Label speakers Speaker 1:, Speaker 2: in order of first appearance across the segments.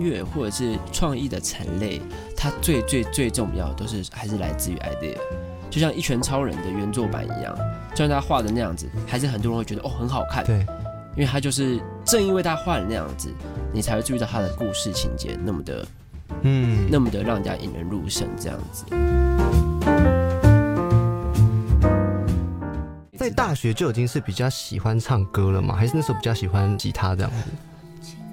Speaker 1: 乐或者是创意的产类，它最最最重要的都是还是来自于 idea。就像《一拳超人》的原作版一样，就像他画的那样子，还是很多人会觉得哦很好看，
Speaker 2: 对，
Speaker 1: 因为他就是正因为他画的那样子，你才会注意到他的故事情节那么的
Speaker 2: 嗯，
Speaker 1: 那么的让人家引人入胜这样子。
Speaker 2: 在大学就已经是比较喜欢唱歌了嘛，还是那时候比较喜欢吉他这样子？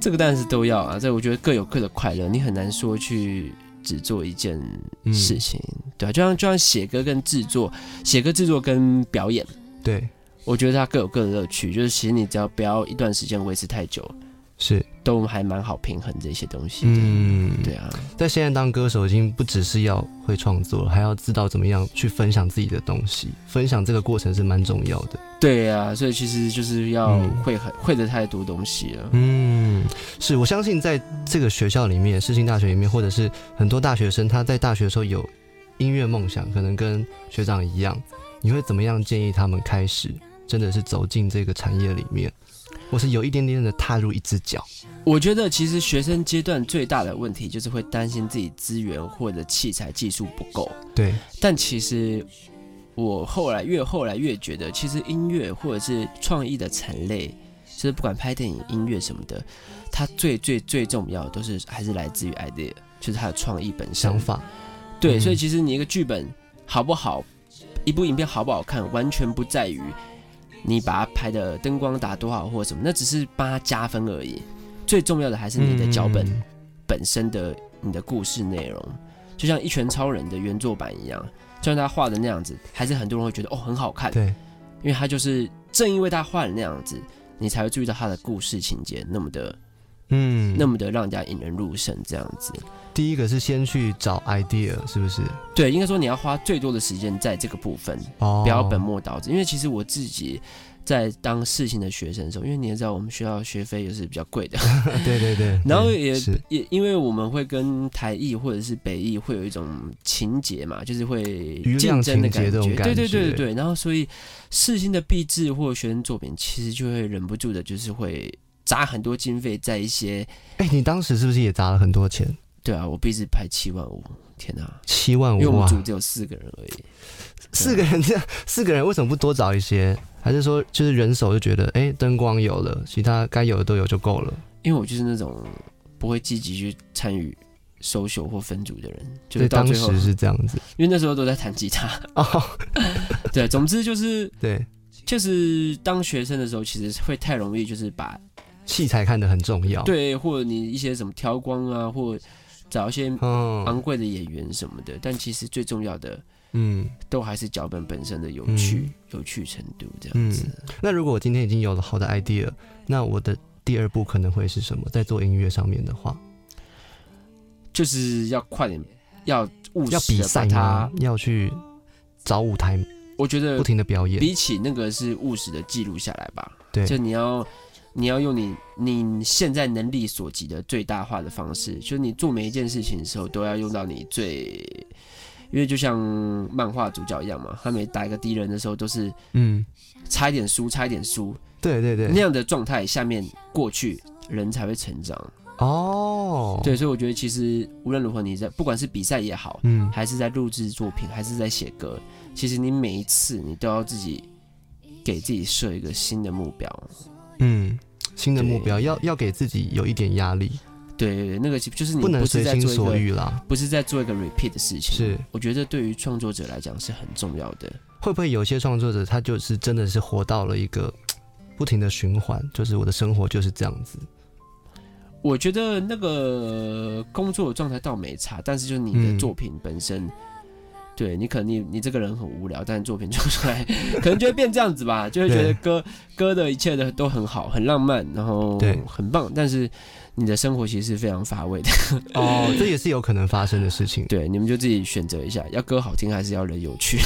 Speaker 1: 这个当然是都要啊，这我觉得各有各的快乐，你很难说去只做一件
Speaker 2: 嗯
Speaker 1: 事情，对啊，就像就像写歌跟制作，写歌制作跟表演，
Speaker 2: 对，
Speaker 1: 我觉得它各有各的乐趣，就是其实你只要不要一段时间维持太久，
Speaker 2: 是，
Speaker 1: 都还蛮好平衡这些东西的。
Speaker 2: 嗯，
Speaker 1: 对啊，
Speaker 2: 在现在当歌手，已经不只是要会创作了，还要知道怎么样去分享自己的东西，分享这个过程是蛮重要的。
Speaker 1: 对啊，所以其实就是要
Speaker 2: 嗯
Speaker 1: 会很、会的太多东西了。
Speaker 2: 嗯，是我相信在这个学校里面，世新大学里面，或者是很多大学生，他在大学的时候有音乐梦想，可能跟学长一样，你会怎么样建议他们开始真的是走进这个产业里面，或是有一点点的踏入一只脚？
Speaker 1: 我觉得其实学生阶段最大的问题就是会担心自己资源或者器材技术不够，
Speaker 2: 对，
Speaker 1: 但其实我后来越后来越觉得，其实音乐或者是创意的产类，就是不管拍电影、音乐什么的，它最最最重要的都是还是来自于 idea，就是它的创意本身
Speaker 2: 想。法，
Speaker 1: 对，
Speaker 2: 嗯
Speaker 1: 所以其实你一个剧本好不好，一部影片好不好看，完全不在于你把它拍的灯光打多好或什么，那只是帮它加分而已。最重要的还是你的脚本
Speaker 2: 嗯
Speaker 1: 本身的你的故事内容，就像《一拳超人》的原作版一样，就像他画的那样子，还是很多人会觉得哦很好看，
Speaker 2: 对，
Speaker 1: 因为他就是正因为他画的那样子，你才会注意到他的故事情节那么的
Speaker 2: 嗯，
Speaker 1: 那么的让人家引人入胜这样子。
Speaker 2: 第一个是先去找 idea，是不是？
Speaker 1: 对，应该说你要花最多的时间在这个部分，
Speaker 2: 哦，
Speaker 1: 不要本末倒置。因为其实我自己在当事情的学生的时候，因为你也知道我们学校学费也是比较贵的，
Speaker 2: 对对对，
Speaker 1: 然后
Speaker 2: 对
Speaker 1: 也
Speaker 2: 是
Speaker 1: 也因为我们会跟台艺或者是北艺会有一种情节嘛，就是会竞争的
Speaker 2: 余量情节
Speaker 1: 感
Speaker 2: 这种
Speaker 1: 觉，
Speaker 2: 感
Speaker 1: 对对对
Speaker 2: 觉
Speaker 1: 对对。然后所以世新的毕制或学生作品，其实就会忍不住的，就是会砸很多经费在一些，
Speaker 2: 哎、你当时是不是也砸了很多钱？
Speaker 1: 对啊，我毕制拍七万五，天哪、
Speaker 2: 七万
Speaker 1: 因为
Speaker 2: 五
Speaker 1: 我们
Speaker 2: 啊！
Speaker 1: 组只有四个人而已，啊
Speaker 2: 四个人这样，四个人为什么不多找一些？还是说就是人手就觉得，哎、灯光有了，其他该有的都有就够了？
Speaker 1: 因为我就是那种不会积极去参与。收手或分组的人，就
Speaker 2: 对，
Speaker 1: 是到
Speaker 2: 当
Speaker 1: 最后，
Speaker 2: 时
Speaker 1: 因
Speaker 2: 是这样子。
Speaker 1: 为那时候都在弹吉他。
Speaker 2: 哦，
Speaker 1: 对，总之就是，
Speaker 2: 对，
Speaker 1: 就是当学生的时候，其实会太容易就是把
Speaker 2: 器材看得很重要。，
Speaker 1: 对，或者你一些什么挑光啊，或找一些
Speaker 2: 嗯
Speaker 1: 昂贵的演员什么的，但其实最重要的
Speaker 2: 嗯。
Speaker 1: 都还是脚本本身的有趣、有趣程度这样子。
Speaker 2: 那如果我今天已经有了好的 idea，那我的第二步可能会是什么？在做音乐上面的话，
Speaker 1: 就是要快点，要务
Speaker 2: 要
Speaker 1: 实
Speaker 2: 比
Speaker 1: 的把
Speaker 2: 赛吗
Speaker 1: 它。？
Speaker 2: 要去找舞台，
Speaker 1: 我觉得
Speaker 2: 不停的表演。
Speaker 1: 呃比起那个是务实的记录下来吧，
Speaker 2: 对，
Speaker 1: 就你要。你要用你你现在能力所及的最大化的方式，就是你做每一件事情的时候都要用到你最，因为就像漫画主角一样嘛，他每打一个敌人的时候都是
Speaker 2: 嗯，
Speaker 1: 差一点输，差一点输
Speaker 2: 对对
Speaker 1: 那
Speaker 2: 对。
Speaker 1: 样的状态下面过去，人才会成长。
Speaker 2: 哦，，
Speaker 1: 对，所以我觉得其实无论如何，你在不管是比赛也好，
Speaker 2: 嗯，
Speaker 1: 还是在录制作品，还是在写歌，其实你每一次你都要自己给自己设一个新的目标。
Speaker 2: 嗯，新的目
Speaker 1: 对
Speaker 2: 标要要给自己有一点压力，
Speaker 1: 对对对，那个就是你
Speaker 2: 不能
Speaker 1: 嗯是
Speaker 2: 随
Speaker 1: 在
Speaker 2: 心
Speaker 1: 做一
Speaker 2: 所
Speaker 1: 个
Speaker 2: 欲啦。
Speaker 1: 不是在做一个 repeat 的事情。
Speaker 2: 是，
Speaker 1: 我觉得对于创作者来讲是很重要的。
Speaker 2: 会不会有些创作者他就是真的是活到了一个不停的循环，就是我的生活就是这样子。
Speaker 1: 我觉得那个工作的状态倒没差，但是就是你
Speaker 2: 嗯
Speaker 1: 的作品本身，对你可能你你这个人很无聊，但是作品做出来 可能就会变这样子吧，就会觉
Speaker 2: 对
Speaker 1: 得歌歌的一切的都很好，很浪漫，然后
Speaker 2: 对
Speaker 1: 很棒，但是你的生活其实是非常乏味的。
Speaker 2: 哦，这也是有可能发生的事情。
Speaker 1: 对，你们就自己选择一下，要歌好听还是要人有趣。